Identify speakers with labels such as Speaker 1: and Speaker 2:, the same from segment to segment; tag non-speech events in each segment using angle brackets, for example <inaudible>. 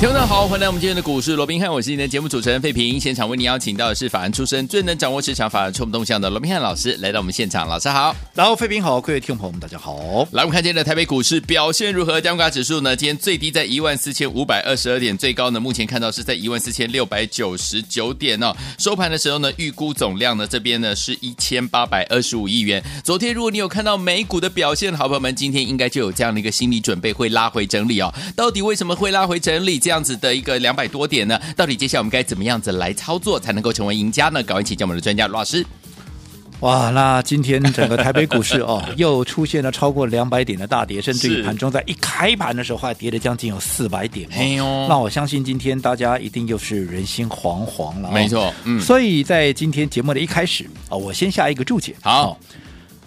Speaker 1: 听众朋友好，欢迎来我们今天的股市罗宾汉，我是你的节目主持人费平。现场为你邀请到的是法案出身、最能掌握市场法案冲动向的罗宾汉老师来到我们现场，老师好。
Speaker 2: 然后，费平好，各位听众朋友们，大家好。
Speaker 1: 来，我们看今天的台北股市表现如何？加权指数呢？今天最低在14,522点，最高呢目前看到是在14,699点哦。收盘的时候呢，预估总量呢这边呢是1,825亿元。昨天如果你有看到美股的表现，好朋友们今天应该就有这样的一个心理准备，会拉回整理哦。到底为什么会拉回整理这样子的一个两百多点呢？到底接下来我们该怎么样子来操作才能够成为赢家呢？赶快请教我们的专家罗老师。
Speaker 2: 哇，那今天整个台北
Speaker 1: <laughs>
Speaker 2: 股市哦，又出现了超过两百点的大跌，甚至
Speaker 1: 是
Speaker 2: 于盘中在一开盘的时候还跌了将近有四百点、
Speaker 1: 嘿哟
Speaker 2: 哦。那我相信今天大家一定又是人心惶惶了、哦
Speaker 1: 没，错，嗯，
Speaker 2: 所以在今天节目的一开始啊、我先下一个注解。
Speaker 1: 好
Speaker 2: 哦，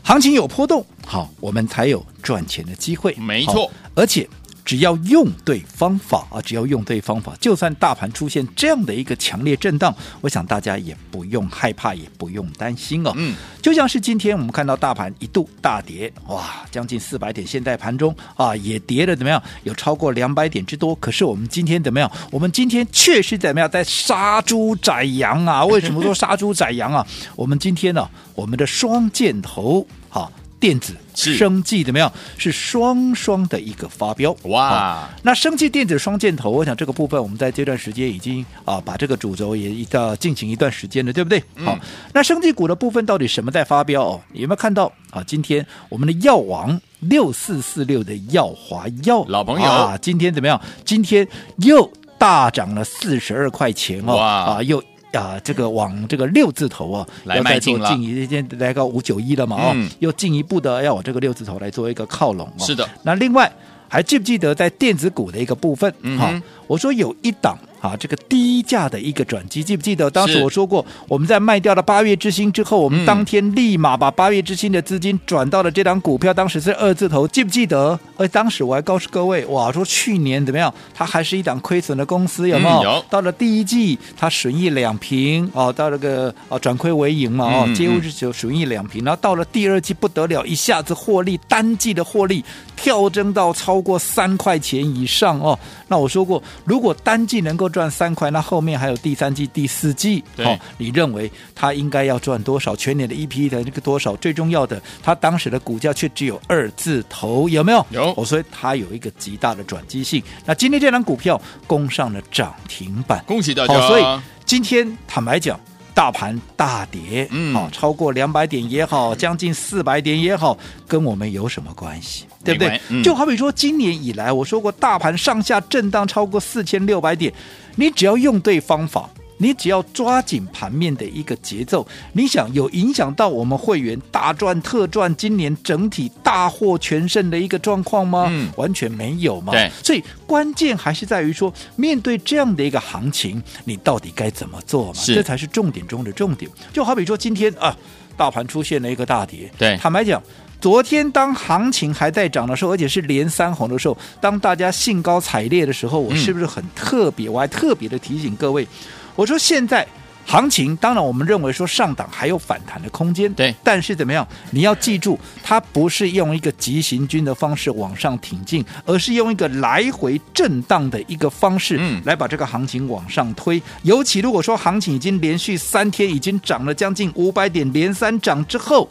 Speaker 2: 行情有波动，好，我们才有赚钱的机会。
Speaker 1: 没错
Speaker 2: 好，而且。只要用对方法啊，只要用对方法，就算大盘出现这样的一个强烈震荡，我想大家也不用害怕，也不用担心哦。
Speaker 1: 嗯，
Speaker 2: 就像是今天我们看到大盘一度大跌，哇，将近四百点，现在盘中啊也跌了怎么样？有超过两百点之多。可是我们今天怎么样？我们今天确实怎么样，在杀猪宰羊啊？为什么说杀猪宰羊啊？我们今天呢、我们的双箭头好、电子
Speaker 1: 是
Speaker 2: 生技怎么样？是双双的一个发飙
Speaker 1: 哇
Speaker 2: 好那生技电子双箭头，我想这个部分我们在这段时间已经啊把这个主轴也一到进行一段时间了，对不对？好、
Speaker 1: 嗯
Speaker 2: 那生技股的部分到底什么在发飙哦？有没有看到啊？今天我们的药王六四四六的药华药
Speaker 1: 老朋友
Speaker 2: 啊，今天怎么样？今天又大涨了四十二块钱哦，
Speaker 1: 哇
Speaker 2: 啊又。啊，这个往这个六字头啊，
Speaker 1: 来
Speaker 2: 要
Speaker 1: 迈
Speaker 2: 再
Speaker 1: 进
Speaker 2: 做
Speaker 1: 了
Speaker 2: 进一进来个五九一了嘛哦，
Speaker 1: 嗯
Speaker 2: 又进一步的要往这个六字头来做一个靠拢、哦。
Speaker 1: 是的，
Speaker 2: 那另外还记不记得在电子股的一个部分？
Speaker 1: 嗯
Speaker 2: 好
Speaker 1: 哼
Speaker 2: 我说有一档啊，这个低价的一个转机，记不记得？当时
Speaker 1: 是
Speaker 2: 我说过，我们在卖掉了八月之星之后，我
Speaker 1: 嗯
Speaker 2: 们当天立马把八月之星的资金转到了这档股票，当时是二字头，记不记得？而当时我还告诉各位，哇，说去年怎么样？它还是一档亏损的公司，有没有？
Speaker 1: 嗯有
Speaker 2: 到了第一季，它损益两平哦，到了个哦转亏为盈嘛哦
Speaker 1: 嗯，
Speaker 2: 几乎
Speaker 1: 嗯
Speaker 2: 是只有损益两平，然后到了第二季不得了，一下子获利单季的获利跳增到超过三块钱以上哦。那我说过，如果单季能够赚三块，那后面还有第三季、第四季，
Speaker 1: 对
Speaker 2: 哦，你认为它应该要赚多少？全年的 E EP 的那个多少？最重要的，它当时的股价却只有二字头，有没有？
Speaker 1: 有
Speaker 2: 我、所以它有一个极大的转机性。那今天这张股票攻上了涨停板，
Speaker 1: 恭喜大家。
Speaker 2: 好，所以今天坦白讲，大盘大跌，
Speaker 1: 嗯
Speaker 2: 好、超过两百点也好，将近四百点也好，跟我们有什么关系？对不
Speaker 1: 没关
Speaker 2: 对
Speaker 1: 系？嗯
Speaker 2: 就好比说，今年以来，我说过，大盘上下震荡超过四千六百点，你只要用对方法。你只要抓紧盘面的一个节奏，你想有影响到我们会员大赚特赚，今年整体大获全胜的一个状况吗？
Speaker 1: 嗯
Speaker 2: 完全没有嘛。
Speaker 1: 对
Speaker 2: 所以关键还是在于说，面对这样的一个行情，你到底该怎么做嘛？
Speaker 1: 是
Speaker 2: 这才是重点中的重点。就好比说今天啊，大盘出现了一个大跌，
Speaker 1: 对
Speaker 2: 坦白讲。昨天当行情还在涨的时候，而且是连三红的时候，当大家兴高采烈的时候，我
Speaker 1: 嗯
Speaker 2: 是不是很特别？我还特别的提醒各位，我说现在行情，当然我们认为说上档还有反弹的空间，
Speaker 1: 对
Speaker 2: 但是怎么样？你要记住，它不是用一个急行军的方式往上挺进，而是用一个来回震荡的一个方式，
Speaker 1: 嗯
Speaker 2: 来把这个行情往上推。尤其如果说行情已经连续三天已经涨了将近五百点，连三涨之后。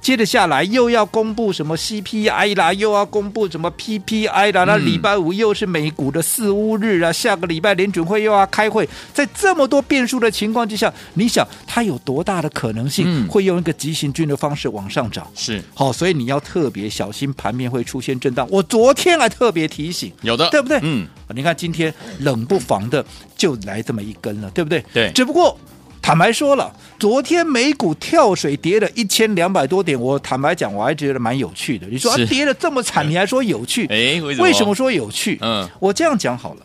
Speaker 2: 接着下来又要公布什么 CPI 啦，又要公布什么 PPI 啦，那
Speaker 1: 嗯
Speaker 2: 礼拜五又是美股的四乌日啊，下个礼拜联准会又要开会，在这么多变数的情况之下，你想它有多大的可能性
Speaker 1: 嗯
Speaker 2: 会用一个急行军的方式往上涨？
Speaker 1: 是
Speaker 2: 好、所以你要特别小心盘面会出现震荡。我昨天还特别提醒，
Speaker 1: 有的，
Speaker 2: 对不对？
Speaker 1: 嗯，
Speaker 2: 你看今天冷不防的就来这么一根了，对不对？
Speaker 1: 对
Speaker 2: 只不过坦白说了，昨天美股跳水跌了一千两百多点，我坦白讲，我还觉得蛮有趣的。你说、啊
Speaker 1: 是、
Speaker 2: 跌了这么惨，你还说有趣？
Speaker 1: 哎，为什么？
Speaker 2: 为什么？说有趣？
Speaker 1: 嗯，
Speaker 2: 我这样讲好了。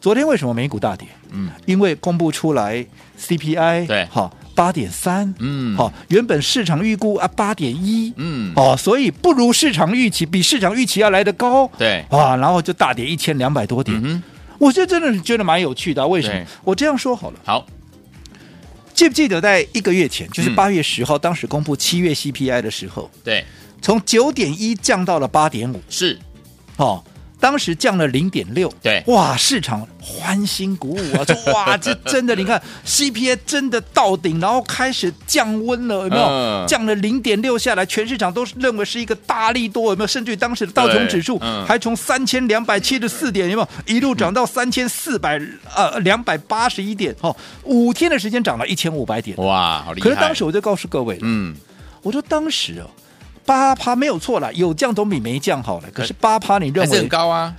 Speaker 2: 昨天为什么美股大跌？
Speaker 1: 嗯，
Speaker 2: 因为公布出来 CPI，
Speaker 1: 对
Speaker 2: 好，八点三，
Speaker 1: 嗯
Speaker 2: 好、原本市场预估啊八点一，
Speaker 1: 嗯
Speaker 2: 哦，所以不如市场预期，比市场预期要来得高，
Speaker 1: 对
Speaker 2: 哇，然后就大跌一千两百多点，
Speaker 1: 嗯哼
Speaker 2: 我这真的是觉得蛮有趣的啊、为什么
Speaker 1: 对？
Speaker 2: 我这样说好了，
Speaker 1: 好，
Speaker 2: 记不记得在一个月前，就是
Speaker 1: 嗯
Speaker 2: 八月十号，当时公布七月 CPI 的时候，
Speaker 1: 对，
Speaker 2: 从九点一降到了八点五，
Speaker 1: 是，
Speaker 2: 哦，当时降了零点六，
Speaker 1: 对
Speaker 2: 哇，市场欢欣鼓
Speaker 1: <laughs>
Speaker 2: 舞啊，说哇，这真的，你看 CPI 真的到顶，然后开始降温了，有没有？
Speaker 1: 嗯
Speaker 2: 降了零点六下来，全市场都认为是一个大利多，有没有？甚至于当时的道琼指数
Speaker 1: 对嗯
Speaker 2: 还从三千两百七十四点，有没有一路涨到三千四百呃两百八十一点？哦，五天的时间涨了一千五百点。
Speaker 1: 哇，哦好厉害。
Speaker 2: 可是当时，我就告诉各位了，
Speaker 1: 嗯，
Speaker 2: 我说当时哦，八趴没有错啦，有降总比没降好了。可是八趴，你
Speaker 1: 还
Speaker 2: 认
Speaker 1: 是很
Speaker 2: 为
Speaker 1: 高啊，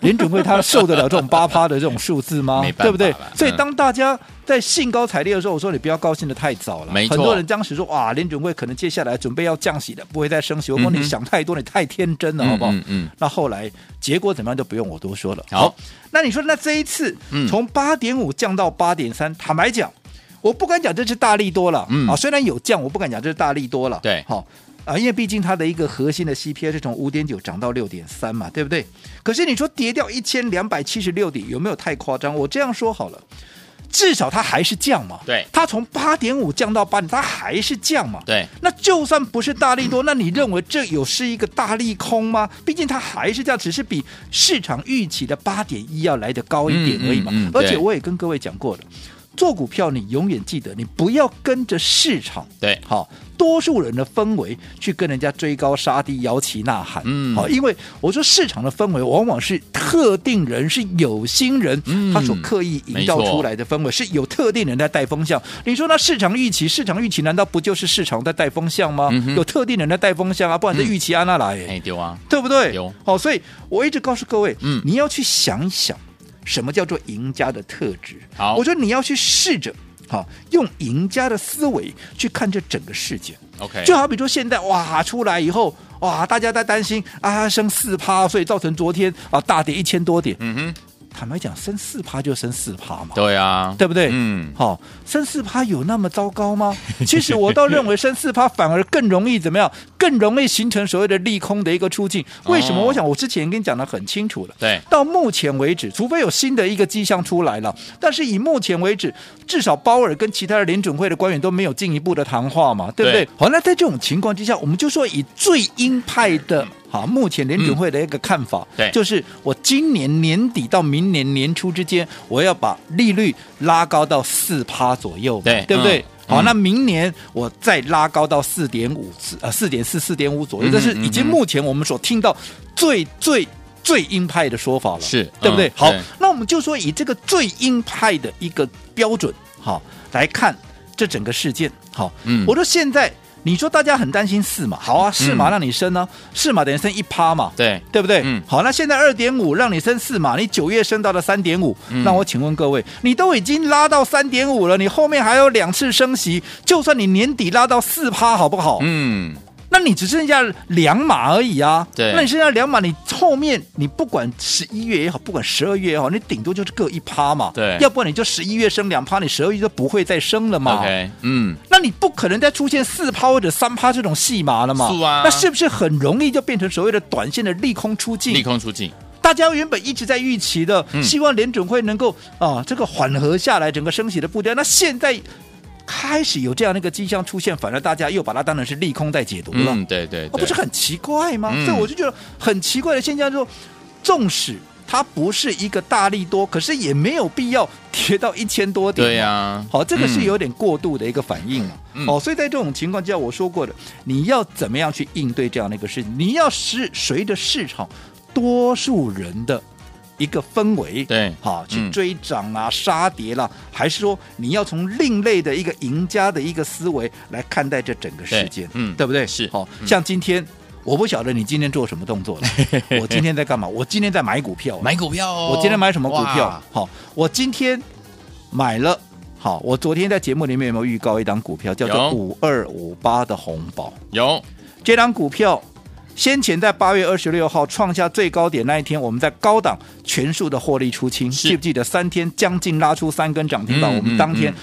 Speaker 2: 联准会他受得了这种八趴的这种数字吗
Speaker 1: <laughs> 没？办法
Speaker 2: 对不对
Speaker 1: 啦？
Speaker 2: 所以
Speaker 1: 嗯
Speaker 2: 当大家在兴高采烈的时候，我说你不要高兴的太早了。
Speaker 1: 没错
Speaker 2: 很多人当时说哇，联准会可能接下来准备要降息的，不会再升息。我说
Speaker 1: 嗯
Speaker 2: 你
Speaker 1: 哼
Speaker 2: 想太多，你太天真了，
Speaker 1: 嗯
Speaker 2: 好不好
Speaker 1: 嗯？嗯
Speaker 2: 那后来结果怎么样就不用我多说了。
Speaker 1: 好，
Speaker 2: 那你说那这一次
Speaker 1: 嗯
Speaker 2: 从八点五降到八点三，坦白讲，我不敢讲这是大力多了，
Speaker 1: 嗯
Speaker 2: 啊，虽然有降，我不敢讲这是大力多了，
Speaker 1: 对
Speaker 2: 好、啊，因为毕竟它的一个核心的 CPI 是从五点九涨到六点三嘛，对不对？可是你说跌掉一千两百七十六点，有没有太夸张？我这样说好了。至少它还是降嘛，
Speaker 1: 对
Speaker 2: 它从八点五降到八点，它还是降嘛，
Speaker 1: 对，
Speaker 2: 那就算不是大利多，那你认为这有是一个大利空吗？毕竟它还是这样，只是比市场预期的八点一要来得高一点而已嘛。
Speaker 1: 嗯嗯嗯
Speaker 2: 而且
Speaker 1: 对
Speaker 2: 我也跟各位讲过了，做股票你永远记得，你不要跟着市场。
Speaker 1: 对，
Speaker 2: 好，多数人的氛围去跟人家追高杀低、摇旗呐喊，
Speaker 1: 嗯
Speaker 2: 好，因为我说市场的氛围往往是特定人、是有心人，
Speaker 1: 嗯
Speaker 2: 他所刻意营造
Speaker 1: 没错
Speaker 2: 出来的氛围，是有特定人在带风向。你说那市场预期，市场预期难道不就是市场在带风向吗？
Speaker 1: 嗯哼嗯
Speaker 2: 有特定人在带风向啊，不然这预期安娜来、欸
Speaker 1: 哎丢啊，
Speaker 2: 对不对？
Speaker 1: 有
Speaker 2: 好、所以我一直告诉各位，
Speaker 1: 嗯
Speaker 2: 你要去想一想，什么叫做赢家的特质。
Speaker 1: 好
Speaker 2: 我说你要去试着。好，用赢家的思维去看这整个事件。
Speaker 1: OK
Speaker 2: 就好比说现在哇出来以后哇，大家在担心啊升四趴，所以造成昨天啊大跌一千多点。
Speaker 1: 嗯哼，
Speaker 2: 坦白讲，升四趴就升四趴嘛，
Speaker 1: 对啊，
Speaker 2: 对不对？
Speaker 1: 嗯，
Speaker 2: 好、升四趴有那么糟糕吗？ <laughs> 其实我倒认为升四趴反而更容易怎么样？更容易形成所谓的利空的一个出境。为什么？
Speaker 1: 哦
Speaker 2: 我想我之前跟你讲的很清楚了。
Speaker 1: 对
Speaker 2: 到目前为止，除非有新的一个迹象出来了，但是以目前为止，至少鲍尔跟其他的联准会的官员都没有进一步的谈话嘛，对不对？
Speaker 1: 对
Speaker 2: 好，那在这种情况之下，我们就说以最鹰派的。好，目前联准会的一个看法，
Speaker 1: 对
Speaker 2: 就是我今年年底到明年年初之间，我要把利率拉高到四趴左右嘛，
Speaker 1: 对
Speaker 2: 对不对？
Speaker 1: 嗯
Speaker 2: 好，
Speaker 1: 嗯
Speaker 2: 那明年我再拉高到四点五四呃四点四四点五左右，
Speaker 1: 嗯哼
Speaker 2: 这是已经
Speaker 1: 嗯哼
Speaker 2: 目前我们所听到最最最鹰派的说法了，
Speaker 1: 是
Speaker 2: 对不对？
Speaker 1: 嗯
Speaker 2: 好
Speaker 1: 对，
Speaker 2: 那我们就说以这个最鹰派的一个标准，好来看这整个事件。好，
Speaker 1: 嗯
Speaker 2: 我说现在你说大家很担心四嘛，好啊，四嘛
Speaker 1: 嗯
Speaker 2: 让你升呢、四嘛等于升一趴嘛，
Speaker 1: 对，
Speaker 2: 对不对？
Speaker 1: 嗯
Speaker 2: 好，那现在二点五让你升四嘛，你九月升到了三点五，
Speaker 1: 嗯
Speaker 2: 那我请问各位，你都已经拉到三点五了，你后面还有两次升息，就算你年底拉到四趴，好不好？
Speaker 1: 嗯，
Speaker 2: 那你只剩下两码而已啊。
Speaker 1: 对
Speaker 2: 那你剩下两码，你后面你不管十一月也好，不管十二月也好，你顶多就是各一趴嘛。
Speaker 1: 对
Speaker 2: 要不然你就十一月升两趴，你十二月就不会再升了嘛。
Speaker 1: OK，嗯，
Speaker 2: 那你不可能再出现四趴或者三趴这种戏码了嘛？
Speaker 1: 是啊
Speaker 2: 那是不是很容易就变成所谓的短线的利空出尽？
Speaker 1: 利空出尽，
Speaker 2: 大家原本一直在预期的，
Speaker 1: 嗯
Speaker 2: 希望联准会能够啊这个缓和下来整个升息的步调，那现在开始有这样的一个迹象出现，反而大家又把它当成是利空在解读了，
Speaker 1: 嗯，对对
Speaker 2: 那
Speaker 1: 对，
Speaker 2: 哦不是很啊奇怪吗？
Speaker 1: 嗯
Speaker 2: 所以我就觉得很奇怪的现象就是，纵使它不是一个大利多，可是也没有必要跌到一千多点嘛。啊
Speaker 1: 对呀，
Speaker 2: 好，这个是
Speaker 1: 嗯
Speaker 2: 有点过度的一个反应了、
Speaker 1: 嗯
Speaker 2: 哦，所以在这种情况之下，我说过的，你要怎么样去应对这样的一个事情？你要是随着市场多数人的一个氛围，
Speaker 1: 对
Speaker 2: 好去
Speaker 1: 嗯
Speaker 2: 追涨啊、杀跌啦、还是说你要从另类的一个赢家的一个思维来看待这整个事
Speaker 1: 对
Speaker 2: 件，
Speaker 1: 嗯
Speaker 2: 对不对？
Speaker 1: 是
Speaker 2: 好、
Speaker 1: 嗯
Speaker 2: 像今天。我不晓得你今天做什么动
Speaker 1: <laughs>
Speaker 2: 作了，我今天在干嘛？我今天在买股票啊，
Speaker 1: 买股票哦，
Speaker 2: 我今天买什么股票
Speaker 1: 哇？？
Speaker 2: 好，我今天买了。好，我昨天在节目里面有没有预告一档股票，叫做
Speaker 1: 有
Speaker 2: 五二五八的红宝？
Speaker 1: 有，
Speaker 2: 这档股票先前在八月二十六号创下最高点那一天，我们在高档全数的获利出清，
Speaker 1: 是
Speaker 2: 记不记得三天将近拉出三根涨停板？
Speaker 1: 嗯
Speaker 2: 我们当天
Speaker 1: 嗯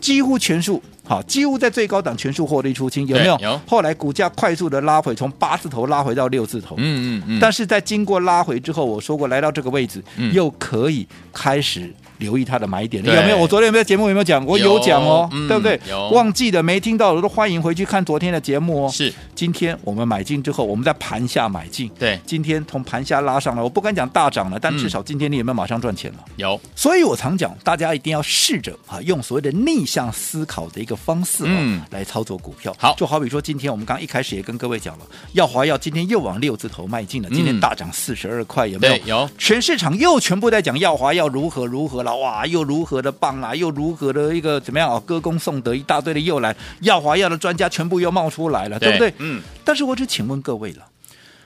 Speaker 2: 几乎全数好，几乎在最高档全数获利出清，有没有？
Speaker 1: 对有
Speaker 2: 后来股价快速的拉回，从八字头拉回到六字头。
Speaker 1: 嗯嗯嗯，
Speaker 2: 但
Speaker 1: 是
Speaker 2: 是在经过拉回之后，我说过来到这个位置，
Speaker 1: 嗯
Speaker 2: 又可以开始留意它的买点了，
Speaker 1: 对
Speaker 2: 有没有？我昨天有没有节目有没有讲？我有讲哦，
Speaker 1: 有嗯
Speaker 2: 对不对
Speaker 1: 有？
Speaker 2: 忘记的没听到的都欢迎回去看昨天的节目哦。
Speaker 1: 是，
Speaker 2: 今天我们买进之后，我们在盘下买进，
Speaker 1: 对
Speaker 2: 今天从盘下拉上来，我不敢讲大涨了，但
Speaker 1: 嗯
Speaker 2: 至少今天你有没有马上赚钱了？
Speaker 1: 有
Speaker 2: 所以我常讲，大家一定要试着啊，用所谓的逆向思考的一个方式、哦
Speaker 1: 嗯
Speaker 2: 来操作股票。
Speaker 1: 好
Speaker 2: 就好比说，今天我们刚一开始也跟各位讲了，耀华耀今天又往六字头迈进了，今天
Speaker 1: 嗯
Speaker 2: 大涨四十二块，有没有
Speaker 1: 对？有，
Speaker 2: 全市场又全部在讲耀华耀如何如何了，哇，又如何的棒啦，又如何的一个怎么样啊，歌功颂德一大堆的又来，耀华耀的专家全部又冒出来了，对不对？
Speaker 1: 嗯，
Speaker 2: 但是我只请问各位了。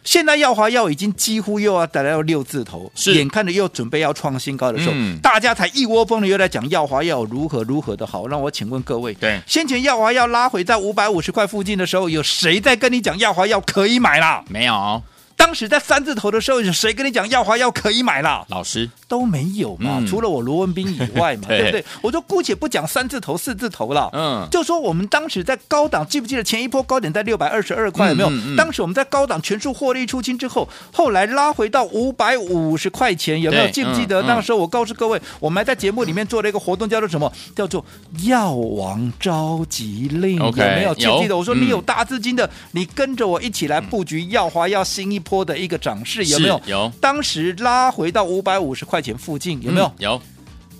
Speaker 2: 现在耀华药已经几乎又要达到六字头，
Speaker 1: 是
Speaker 2: 眼看着又准备要创新高的时候，
Speaker 1: 嗯
Speaker 2: 大家才一窝蜂的又在讲耀华药如何如何的好。让我请问各位，
Speaker 1: 对
Speaker 2: 先前耀华药拉回在五百五十块附近的时候，有谁在跟你讲耀华药可以买啦？
Speaker 1: 没有，
Speaker 2: 当时在三字头的时候，有谁跟你讲耀华药可以买啦？
Speaker 1: 老师
Speaker 2: 都没有嘛，
Speaker 1: 嗯
Speaker 2: 除了我罗文斌以外
Speaker 1: <laughs>
Speaker 2: 嘛，
Speaker 1: 对
Speaker 2: 对不对？我就姑且不讲三字头、四字头了，
Speaker 1: 嗯
Speaker 2: 就说我们当时在高档，记不记得前一波高点在六百二十二块？有没有？
Speaker 1: 嗯嗯嗯
Speaker 2: 当时我们在高档全数获利出清之后，后来拉回到五百五十块钱，有没有？
Speaker 1: 对
Speaker 2: 记不记得、
Speaker 1: 嗯嗯
Speaker 2: 那时候我告诉各位，我们还在节目里面做了一个活动，叫做什么？叫做药王召集令
Speaker 1: OK，
Speaker 2: 有没有？记不记得？
Speaker 1: 有
Speaker 2: 我说你有
Speaker 1: 嗯
Speaker 2: 大资金的，你跟着我一起来布局耀华耀新一波的一个涨势，有
Speaker 1: 是
Speaker 2: 没有？
Speaker 1: 有
Speaker 2: 当时拉回到五百五十块钱附近，有没有？
Speaker 1: 嗯有，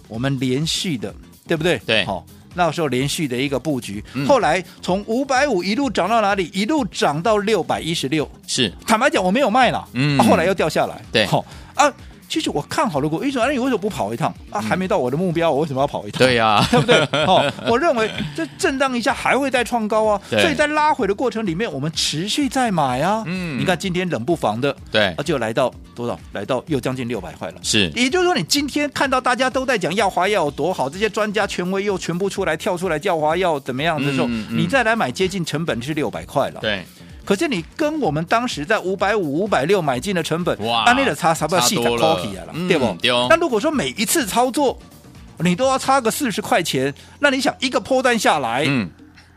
Speaker 2: 我们连续的，对不对？
Speaker 1: 对
Speaker 2: 好、那时候连续的一个布局，
Speaker 1: 嗯
Speaker 2: 后来从五百五一路涨到哪里？一路涨到六百一十六。
Speaker 1: 是
Speaker 2: 坦白讲，我没有卖了，
Speaker 1: 嗯
Speaker 2: 啊后来又掉下来。
Speaker 1: 对
Speaker 2: 好、啊，其实我看好了股，为什么？哎，你为什么不跑一趟啊？还没到我的目标，我为什么要跑一
Speaker 1: 嗯
Speaker 2: 趟？
Speaker 1: 对啊
Speaker 2: <laughs>
Speaker 1: 呀，
Speaker 2: 对不对？
Speaker 1: <laughs>
Speaker 2: 哦，我认为这震荡一下还会再创高啊，
Speaker 1: 对
Speaker 2: 所以在拉回的过程里面，我们持续在买啊。
Speaker 1: 嗯
Speaker 2: 你看今天冷不防的，
Speaker 1: 对
Speaker 2: 啊，就来到多少？来到又将近六百块了。
Speaker 1: 是
Speaker 2: 也就是说，你今天看到大家都在讲耀华药有多好，这些专家权威又全部出来跳出来，耀华药怎么样的时候，
Speaker 1: 嗯嗯
Speaker 2: 你再来买接近成本是六百块了。
Speaker 1: 对，
Speaker 2: 可是你跟我们当时在五百五、五百六买进的成本，
Speaker 1: 哇
Speaker 2: 安利的差差不多细
Speaker 1: 差
Speaker 2: 的
Speaker 1: 多了
Speaker 2: copy 了，
Speaker 1: 嗯
Speaker 2: 对不？
Speaker 1: 对哦
Speaker 2: 那如果说每一次操作你都要差个四十块钱，那你想一个波段下来，
Speaker 1: 嗯，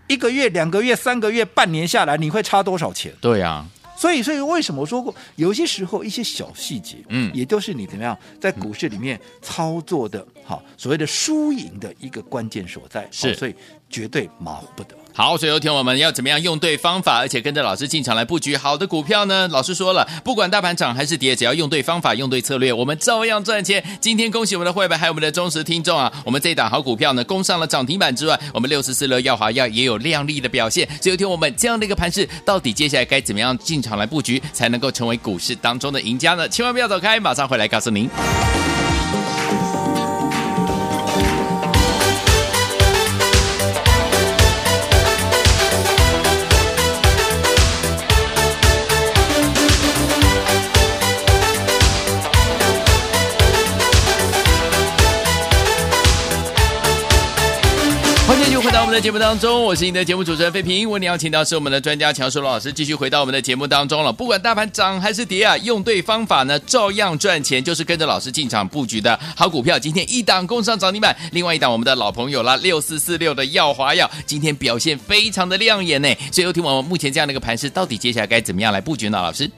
Speaker 2: 一个月、两个月、三个月、半年下来，你会差多少钱？
Speaker 1: 对啊呀，
Speaker 2: 所以，所以为什么我说过，有些时候一些小细节，
Speaker 1: 嗯
Speaker 2: 也就是你怎么样在股市里面操作的，好、所谓的输赢的一个关键所在，
Speaker 1: 是
Speaker 2: 好所以绝对马虎不得。
Speaker 1: 好，所以有天我们要怎么样用对方法，而且跟着老师进场来布局好的股票呢？老师说了，不管大盘涨还是跌，只要用对方法、用对策略，我们照样赚钱。今天恭喜我们的会员，还有我们的忠实听众啊！我们这一档好股票呢，攻上了涨停板之外，我们六十四楼耀华药也有亮丽的表现。所以有天我们这样的一个盘势，到底接下来该怎么样进场来布局，才能够成为股市当中的赢家呢？千万不要走开，马上回来告诉您。欢迎继续回到我们的节目当中，我是您的节目主持人费平。为您邀请到是我们的专家强叔罗老师，继续回到我们的节目当中了。不管大盘涨还是跌啊，用对方法呢，照样赚钱，就是跟着老师进场布局的好股票。今天一档攻上涨停板，另外一档我们的老朋友啦，六四四六的耀华药，今天表现非常的亮眼呢。所以，有听我们目前这样的一个盘势，到底接下来该怎么样来布局呢？老师，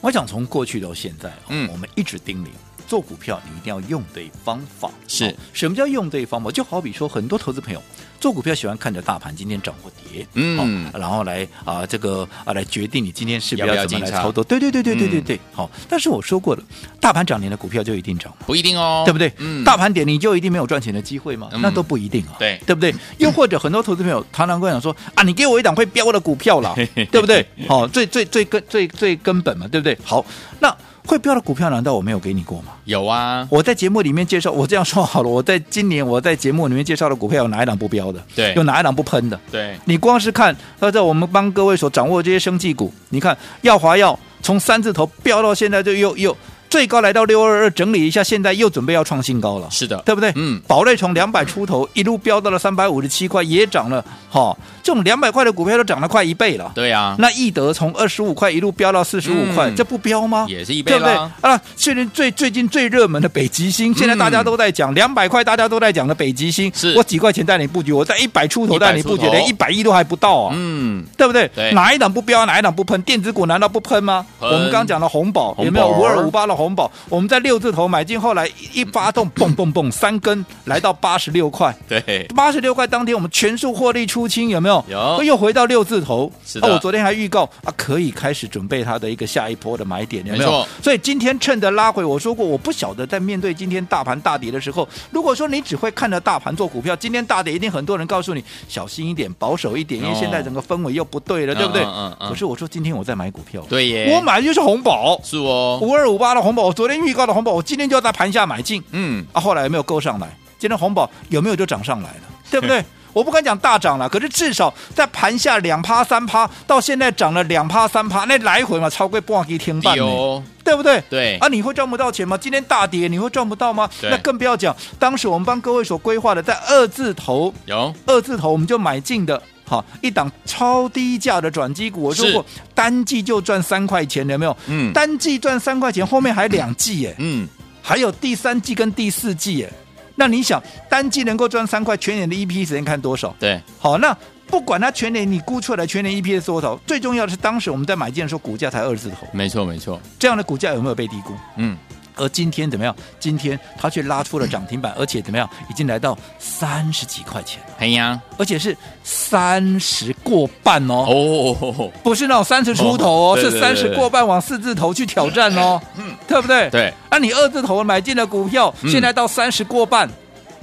Speaker 2: 我想从过去到现在，
Speaker 1: 嗯
Speaker 2: 嗯，我们一直叮咛。做股票，你一定要用对方法。
Speaker 1: 是
Speaker 2: 好什么叫用对方法？就好比说，很多投资朋友做股票喜欢看着大盘今天涨或跌，
Speaker 1: 嗯
Speaker 2: 好然后来啊、这个啊来决定你今天是不
Speaker 1: 要不要
Speaker 2: 要怎么来
Speaker 1: 进场
Speaker 2: 操作。对对对对对对
Speaker 1: 嗯
Speaker 2: 对，好。但是我说过了，大盘涨你的股票就一定涨。
Speaker 1: 不一定哦，
Speaker 2: 对不对？大盘点你就一定没有赚钱的机会吗？
Speaker 1: 嗯
Speaker 2: 那都不一定啊，
Speaker 1: 对
Speaker 2: 对不
Speaker 1: <laughs>
Speaker 2: 对？又或者很多投资朋友常常跟我讲说啊，你给我一档会飙的股
Speaker 1: <laughs>
Speaker 2: 票啦，对不对？好、最最最根最最根本嘛，对不对？好，那会飙的股票难道我没有给你过吗？
Speaker 1: 有啊，
Speaker 2: 我在节目里面介绍，我这样说好了，我在今年我在节目里面介绍的股票有哪一档不飙的？
Speaker 1: 对
Speaker 2: 有哪一档不喷的？
Speaker 1: 对，
Speaker 2: 你光是看，呃，在我们帮各位所掌握的这些生技股，你看耀华药从三字头飙到现在就又又最高来到六二二，整理一下，现在又准备要创新高了，
Speaker 1: 是的，
Speaker 2: 对不对？
Speaker 1: 嗯
Speaker 2: 宝瑞从两百出头一路飙到了三百五十七块，也涨了，哈、这种两百块的股票都涨了快一倍了。
Speaker 1: 对啊，
Speaker 2: 那易德从二十五块一路飙到四十五块，
Speaker 1: 嗯
Speaker 2: 这不飙吗？
Speaker 1: 也是一倍
Speaker 2: 对不对
Speaker 1: 啦。？
Speaker 2: 啊，现在最最近最热门的北极星，现在大家都在讲两百块，大家都在讲的北极星，
Speaker 1: 嗯是
Speaker 2: 我几块钱带你布局，我在一百出头带你布
Speaker 1: 100
Speaker 2: 局，
Speaker 1: 出头
Speaker 2: 连一百亿都还不到啊，
Speaker 1: 嗯，
Speaker 2: 对不对？
Speaker 1: 对
Speaker 2: 哪一档不飙，哪一档不喷？电子股难道不喷吗？
Speaker 1: 喷
Speaker 2: 我们刚讲的红宝
Speaker 1: 红宝啊
Speaker 2: 有没有五二五八的红宝？我们在六字头买进，后来一一发动，蹦蹦蹦，三根来到八十六块。
Speaker 1: 对，
Speaker 2: 八十六块当天我们全数获利出清，有没有？
Speaker 1: 有
Speaker 2: 又回到六字头。
Speaker 1: 是的
Speaker 2: 啊我昨天还预告啊，可以开始准备它的一个下一波的买点，有没
Speaker 1: 没
Speaker 2: 有
Speaker 1: 错？
Speaker 2: 所以今天趁着拉回，我说过，我不晓得在面对今天大盘大跌的时候，如果说你只会看着大盘做股票，今天大跌一定很多人告诉你小心一点，保守一点，因为
Speaker 1: 哦
Speaker 2: 现在整个氛围又不对了，
Speaker 1: 嗯
Speaker 2: 对不对？
Speaker 1: 嗯嗯嗯
Speaker 2: 可是我说今天我在买股票，
Speaker 1: 对耶，
Speaker 2: 我买的就是红宝
Speaker 1: 是哦，
Speaker 2: 五二五八的红宝，我昨天预告的红宝，我今天就要在盘下买进。
Speaker 1: 嗯，
Speaker 2: 啊，后来有没有勾上来？今天红宝有没有就涨上来了？对不对？我不敢讲大涨了，可是至少在盘下两趴三趴，到现在涨了两趴三趴，那来回嘛超过半一天半呢、
Speaker 1: 有，
Speaker 2: 对不对？
Speaker 1: 对
Speaker 2: 啊，你会赚不到钱吗？今天大跌，你会赚不到吗？
Speaker 1: 对
Speaker 2: 那更不要讲，当时我们帮各位所规划的，在二字头
Speaker 1: 有，
Speaker 2: 二字头我们就买进的，好一档超低价的转机股，我说
Speaker 1: 是
Speaker 2: 过单季就赚三块钱，有没有？
Speaker 1: 嗯
Speaker 2: 单季赚三块钱，后面还两季耶，
Speaker 1: 嗯，
Speaker 2: 还有第三季跟第四季耶。那你想，单季能够赚三块，全年的 EPS 时间看多少？
Speaker 1: 对，
Speaker 2: 好，那不管它全年你估出来全年 E EPS 多少，最重要的是当时我们在买进的时候股价才二字头，
Speaker 1: 没错没错，
Speaker 2: 这样的股价有没有被低估？
Speaker 1: 嗯，
Speaker 2: 而今天怎么样？今天它却拉出了涨停板，而且怎么样，已经来到三十几块钱，
Speaker 1: 哎呀，
Speaker 2: 而且是三十过半哦。
Speaker 1: 哦，
Speaker 2: 不是那种三十出头哦，
Speaker 1: 哦对
Speaker 2: 是
Speaker 1: 对
Speaker 2: 三
Speaker 1: 对
Speaker 2: 十
Speaker 1: 对
Speaker 2: 过半往四字头去挑战哦，对不对？
Speaker 1: 对。
Speaker 2: 那、你二字头买进了股票，
Speaker 1: 嗯
Speaker 2: 现在到三十过半，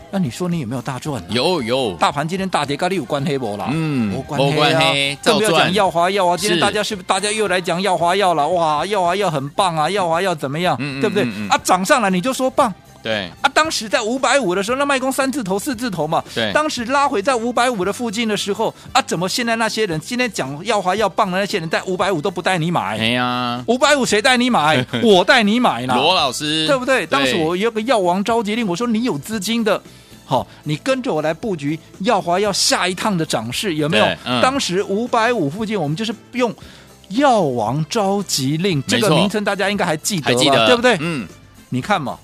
Speaker 2: 那你说你有没有大赚、呢？。啊
Speaker 1: 有有，
Speaker 2: 大盘今天大跌，跟你有关黑不啦？
Speaker 1: 嗯
Speaker 2: 无关黑
Speaker 1: 无
Speaker 2: 啊
Speaker 1: 关黑，
Speaker 2: 更不要
Speaker 1: 照赚
Speaker 2: 讲耀华药啊！今天
Speaker 1: 是
Speaker 2: 大家是不是大家又来讲耀华药了？哇，耀华药很棒啊！耀华药怎么样？
Speaker 1: 嗯嗯
Speaker 2: 对不对？
Speaker 1: 嗯嗯
Speaker 2: 啊，涨上来你就说棒。
Speaker 1: 对，
Speaker 2: 啊，当时在五百五的时候，那卖空三字头、四字头嘛，
Speaker 1: 对
Speaker 2: 当时拉回在五百五的附近的时候，啊，怎么现在那些人今天讲耀华要棒的那些人，在五百五都不带你
Speaker 1: 哎
Speaker 2: 买，
Speaker 1: 呀，
Speaker 2: 五百五谁带你
Speaker 1: <laughs>
Speaker 2: 买？我带你买啦，
Speaker 1: 罗老师，
Speaker 2: 对不对？当时我有个药王召集令，我说你有资金的。好，你跟着我来布局耀华要下一趟的涨势有没有
Speaker 1: 对？嗯
Speaker 2: 当时五百五附近，我们就是用药王召集令这个
Speaker 1: 没错
Speaker 2: 名称，大家应该还记得
Speaker 1: 还
Speaker 2: 吧？
Speaker 1: 记得
Speaker 2: 对不对？
Speaker 1: 嗯，
Speaker 2: 你看嘛，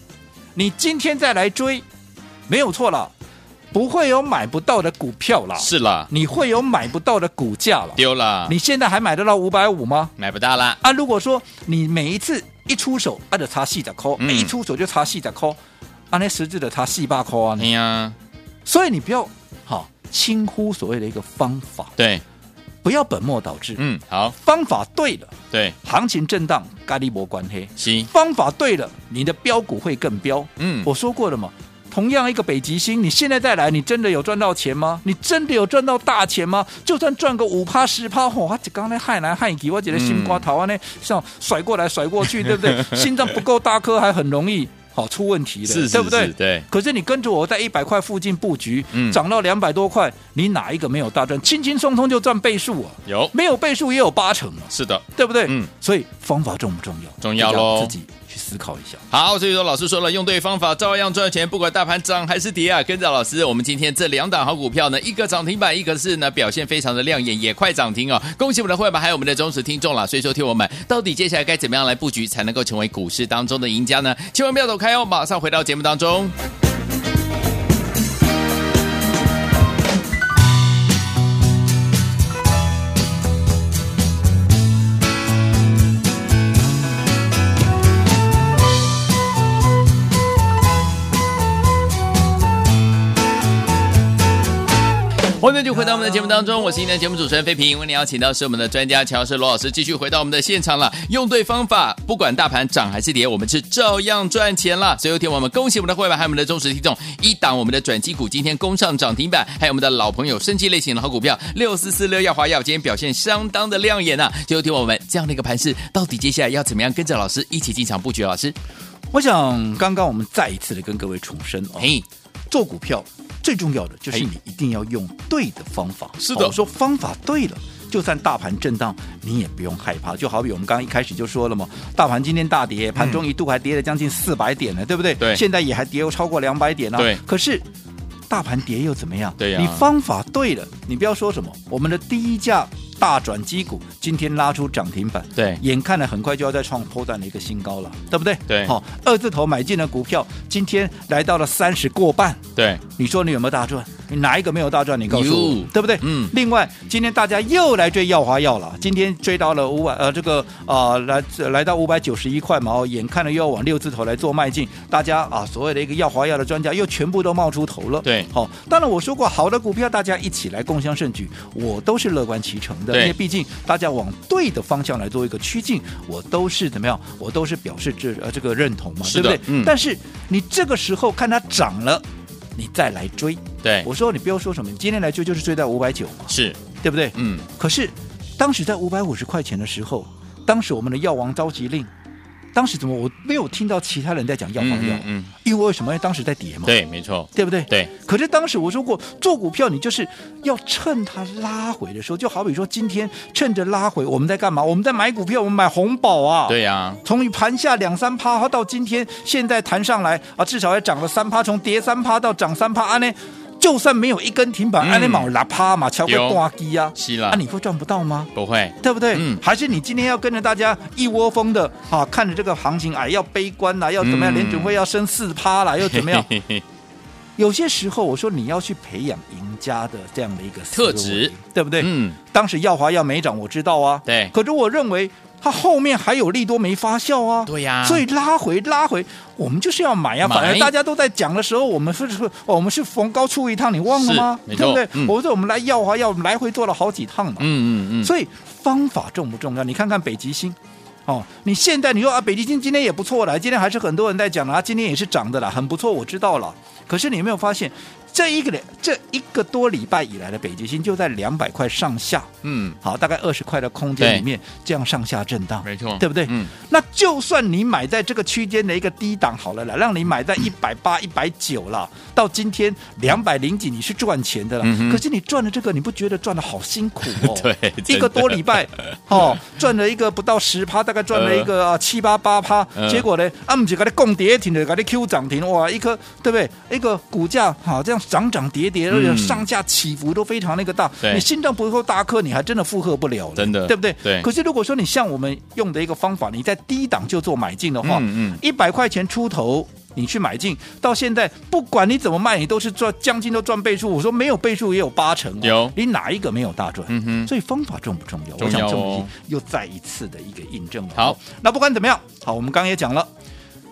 Speaker 2: 你今天再来追，没有错了，不会有买不到的股票啦，
Speaker 1: 是啦，
Speaker 2: 你会有买不到的股价了。
Speaker 1: 丢啦，
Speaker 2: 你现在还买得到五百五吗？
Speaker 1: 买不到啦，
Speaker 2: 啊，如果说你每一次一出手，按着差细的抠，
Speaker 1: 嗯
Speaker 2: 一出手就差细的抠，按啊那实质的差细八抠啊
Speaker 1: 哎
Speaker 2: 你，
Speaker 1: 呀，
Speaker 2: 所以你不要好、轻忽所谓的一个方法，
Speaker 1: 对，
Speaker 2: 不要本末倒置。
Speaker 1: 嗯，好，
Speaker 2: 方法对了，
Speaker 1: 对，
Speaker 2: 行情震荡，咖喱博关黑。
Speaker 1: 行，
Speaker 2: 方法对了，你的标股会更标。
Speaker 1: 嗯
Speaker 2: 我说过了嘛，同样一个北极星，你现在再来，你真的有赚到钱吗？你真的有赚到大钱吗？就算赚个五趴十趴，吼，他刚才害来害去，我觉得心瓜头啊，那像甩过来甩
Speaker 1: <laughs>
Speaker 2: 过去，对不对？心脏不够大颗，还很容易好出问题的，
Speaker 1: 是，
Speaker 2: 对不
Speaker 1: 是
Speaker 2: 对
Speaker 1: 是？对，
Speaker 2: 可是你跟着我在一百块附近布局，
Speaker 1: 嗯
Speaker 2: 涨到两百多块，你哪一个没有大赚？轻轻松松就赚倍数啊！
Speaker 1: 有，
Speaker 2: 没有倍数也有八成啊！
Speaker 1: 是的。
Speaker 2: 对不对？
Speaker 1: 哦嗯，
Speaker 2: 所以方法重不重要？
Speaker 1: 重要咯
Speaker 2: 这个自己去思考一下。
Speaker 1: 好，所以说老师说了，用对方法照样赚钱，不管大盘涨还是跌啊。跟着老师，我们今天这两档好股票呢，一个涨停板，一个是呢表现非常的亮眼，也快涨停哦。恭喜我们的会员，还有我们的忠实听众啦。所以说，听我们到底接下来该怎么样来布局，才能够成为股市当中的赢家呢？千万不要走开哦，马上回到节目当中。欢迎继续回到我们的节目当中，我是今天的节目主持人费平，为您邀请到是我们的专家乔治罗老师，继续回到我们的现场了。用对方法，不管大盘涨还是跌，我们是照样赚钱啦。所以，有天我们恭喜我们的会员，还有我们的忠实听众，一档我们的转机股今天攻上涨停板，还有我们的老朋友升级类型的好股票六四四六耀华药，今天表现相当的亮眼啊。所以，有天我们这样的一个盘势，到底接下来要怎么样跟着老师一起进场布局？啊老师，
Speaker 2: 我想刚刚我们再一次的跟各位重申哦，
Speaker 1: 嘿，
Speaker 2: 做股票最重要的就是
Speaker 1: 嘿
Speaker 2: 你一定要用对的方法。
Speaker 1: 是的
Speaker 2: 我说方法对了。就算大盘震荡，你也不用害怕。就好比我们刚刚一开始就说了嘛，大盘今天大跌，盘中一度还跌了将近四百点呢，对不对？
Speaker 1: 嗯对
Speaker 2: 现在也还跌超过两百点呢、
Speaker 1: 对
Speaker 2: 可是。大盘跌又怎么样？
Speaker 1: 对呀
Speaker 2: 你方法对了，你不要说什么。我们的第一价大转机股今天拉出涨停板，
Speaker 1: 对
Speaker 2: 眼看了很快就要再创波段的一个新高了，对不对？
Speaker 1: 对
Speaker 2: 好、二字头买进的股票，今天来到了三十过半，
Speaker 1: 对，
Speaker 2: 你说你有没有大赚？你哪一个没有大赚？你告诉我
Speaker 1: 有，
Speaker 2: 对不对？
Speaker 1: 嗯
Speaker 2: 另外，今天大家又来追耀华药了，今天追到了五百呃这个啊、呃来来到五百九十一块嘛，哦，眼看着又要往六字头来做迈进，大家啊所谓的一个耀华药的专家又全部都冒出头了。
Speaker 1: 对
Speaker 2: 好、当然我说过，好的股票大家一起来共襄盛举，我都是乐观其成的，
Speaker 1: 对
Speaker 2: 因为毕竟大家往对的方向来做一个趋近，我都是怎么样，我都是表示这呃这个认同嘛，
Speaker 1: 是
Speaker 2: 对不
Speaker 1: 的
Speaker 2: 对？
Speaker 1: 嗯
Speaker 2: 但是你这个时候看它涨了。你再来追。
Speaker 1: 对，
Speaker 2: 我说你不要说什么，你今天来追就是追在五百九嘛，
Speaker 1: 是，
Speaker 2: 对不对？
Speaker 1: 嗯，
Speaker 2: 可是当时在五百五十块钱的时候，当时我们的药王召集令，当时怎么我没有听到其他人在讲药王药？
Speaker 1: 嗯嗯嗯
Speaker 2: 因为为什么？因为当时在跌嘛，
Speaker 1: 对，没错，
Speaker 2: 对不对？
Speaker 1: 对，
Speaker 2: 可是当时我说过，做股票你就是要趁它拉回的时候，就好比说今天趁着拉回，我们在干嘛？我们在买股票，我们买红宝啊。
Speaker 1: 对呀，
Speaker 2: 从盘下两三趴到今天，现在弹上来啊，至少也涨了三趴，从跌三趴到涨三趴，啊安呢，就算没有一根停板，啊
Speaker 1: 嗯
Speaker 2: 安呢冇拉趴嘛，敲个
Speaker 1: 有
Speaker 2: 挂机啊，
Speaker 1: 是啦
Speaker 2: 啊，，你会赚不到吗？
Speaker 1: 不会，
Speaker 2: 对不对？
Speaker 1: 嗯
Speaker 2: 还是你今天要跟着大家一窝蜂的啊，看着这个行情，哎，要悲观啦，要怎么样？
Speaker 1: 嗯
Speaker 2: 联准会要升四趴啦，又
Speaker 1: <laughs>
Speaker 2: 怎么样？
Speaker 1: 嘿嘿嘿
Speaker 2: 有些时候，我说你要去培养赢家的这样的一个思维
Speaker 1: 特质，
Speaker 2: 对不对？
Speaker 1: 嗯，
Speaker 2: 当时耀华耀没涨，我知道啊。
Speaker 1: 对
Speaker 2: 可是我认为它后面还有利多没发酵啊。
Speaker 1: 对呀
Speaker 2: 所以拉回拉回，我们就是要买呀、
Speaker 1: 买
Speaker 2: 反而大家都在讲的时候，我们是是我们是逢高出一趟，你忘了吗？
Speaker 1: 是没
Speaker 2: 对
Speaker 1: 错
Speaker 2: 不对？
Speaker 1: 嗯
Speaker 2: 我说我们来耀华耀来回做了好几趟嘛。
Speaker 1: 嗯嗯嗯，
Speaker 2: 所以方法重不重要？你看看北极星。哦，你现在你说啊，北极星今天也不错啦，今天还是很多人在讲啦，今天也是涨的啦，很不错，我知道了。可是你有没有发现，这一个礼这一个多礼拜以来的北极星就在两百块上下，
Speaker 1: 嗯，
Speaker 2: 好，大概二十块的空间里面这样上下震荡，
Speaker 1: 没错
Speaker 2: 对不对？
Speaker 1: 嗯
Speaker 2: 那就算你买在这个区间的一个低档好了啦，让你买
Speaker 1: 嗯
Speaker 2: 在一百八、一百九啦，到今天两百零几，你是赚钱的啦。
Speaker 1: 嗯哼？
Speaker 2: 可是你赚了这个，你不觉得赚的好辛苦哦
Speaker 1: <laughs> 对
Speaker 2: 一个多礼拜
Speaker 1: <laughs>
Speaker 2: 哦，赚了一个不到十趴，大概赚了一个啊七八八趴
Speaker 1: 嗯，
Speaker 2: 结果呢，啊不是给你供跌停的，给你 Q 涨停，哇，一颗对不对？一个股价好、这样涨涨跌跌，而且
Speaker 1: 嗯
Speaker 2: 上下起伏都非常那个大，
Speaker 1: 对
Speaker 2: 你心脏不够大颗，你还真的负荷不了了，
Speaker 1: 真的
Speaker 2: 对不对？
Speaker 1: 对
Speaker 2: 可是如果说你像我们用的一个方法，你在低档就做买进的话，
Speaker 1: 嗯嗯
Speaker 2: 一百块钱出头。你去买进，到现在不管你怎么卖，你都是赚将近都赚倍数。我说没有倍数也有八成、哦，
Speaker 1: 有
Speaker 2: 你哪一个没有大赚？
Speaker 1: 嗯哼
Speaker 2: 所以方法重不重要？
Speaker 1: 重要
Speaker 2: 我想这
Speaker 1: 哦
Speaker 2: 么一又再一次的一个印证了。哦
Speaker 1: 好，
Speaker 2: 那不管怎么样，好，我们刚刚也讲了。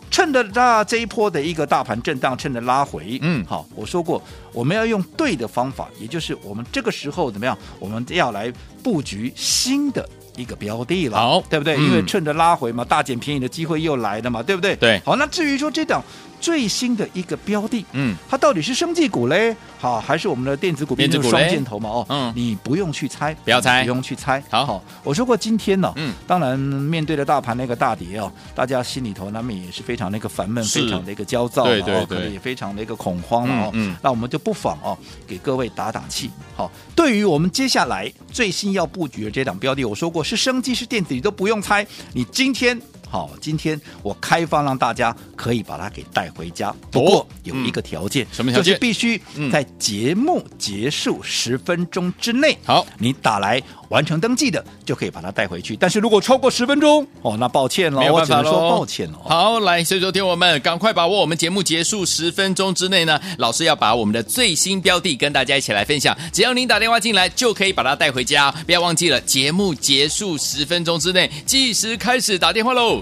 Speaker 2: 趁着那这一波的一个大盘震荡，趁着拉回，
Speaker 1: 嗯
Speaker 2: 好，我说过我们要用对的方法，也就是我们这个时候怎么样，我们要来布局新的一个标的了，
Speaker 1: 好
Speaker 2: 对不对？
Speaker 1: 嗯
Speaker 2: 因为趁着拉回嘛，大捡便宜的机会又来了嘛，对不对？
Speaker 1: 对
Speaker 2: 好，那至于说这档最新的一个标的，
Speaker 1: 嗯，
Speaker 2: 它到底是生技股嘞，好，还是我们的电子股？
Speaker 1: 电子股
Speaker 2: 毕竟
Speaker 1: 嘞
Speaker 2: 是双箭头嘛，哦，
Speaker 1: 嗯
Speaker 2: 你不用去猜，
Speaker 1: 不要猜
Speaker 2: 你不用去猜。
Speaker 1: 好
Speaker 2: 我说过今天呢、
Speaker 1: 嗯
Speaker 2: 当然面对着大盘那个大跌哦，大家心里头难免也是非常那个烦闷，
Speaker 1: 是
Speaker 2: 非常的一个焦躁嘛，
Speaker 1: 对对
Speaker 2: 哦，
Speaker 1: 对
Speaker 2: 可能也非常的一个恐慌了哦。
Speaker 1: 嗯嗯
Speaker 2: 那我们就不妨哦，给各位打打气。好，对于我们接下来最新要布局的这档标的，我说过是生技是电子，你都不用猜，你今天。好，今天我开放让大家可以把它给带回家，不过有一个条件，
Speaker 1: 哦嗯什么条件
Speaker 2: 就是必须
Speaker 1: 嗯
Speaker 2: 在节目结束十分钟之内，
Speaker 1: 好
Speaker 2: 你打来完成登记的，就可以把它带回去。但是如果超过十分钟，哦，那抱歉了
Speaker 1: 没，有
Speaker 2: 我
Speaker 1: 办
Speaker 2: 只
Speaker 1: 法
Speaker 2: 能
Speaker 1: 喽，
Speaker 2: 说抱歉哦了。
Speaker 1: 好，来，所以说，听我们赶快把握我们节目结束十分钟之内呢，老师要把我们的最新标的跟大家一起来分享。只要您打电话进来，就可以把它带回家哦。不要忘记了，节目结束十分钟之内，计时开始打电话喽。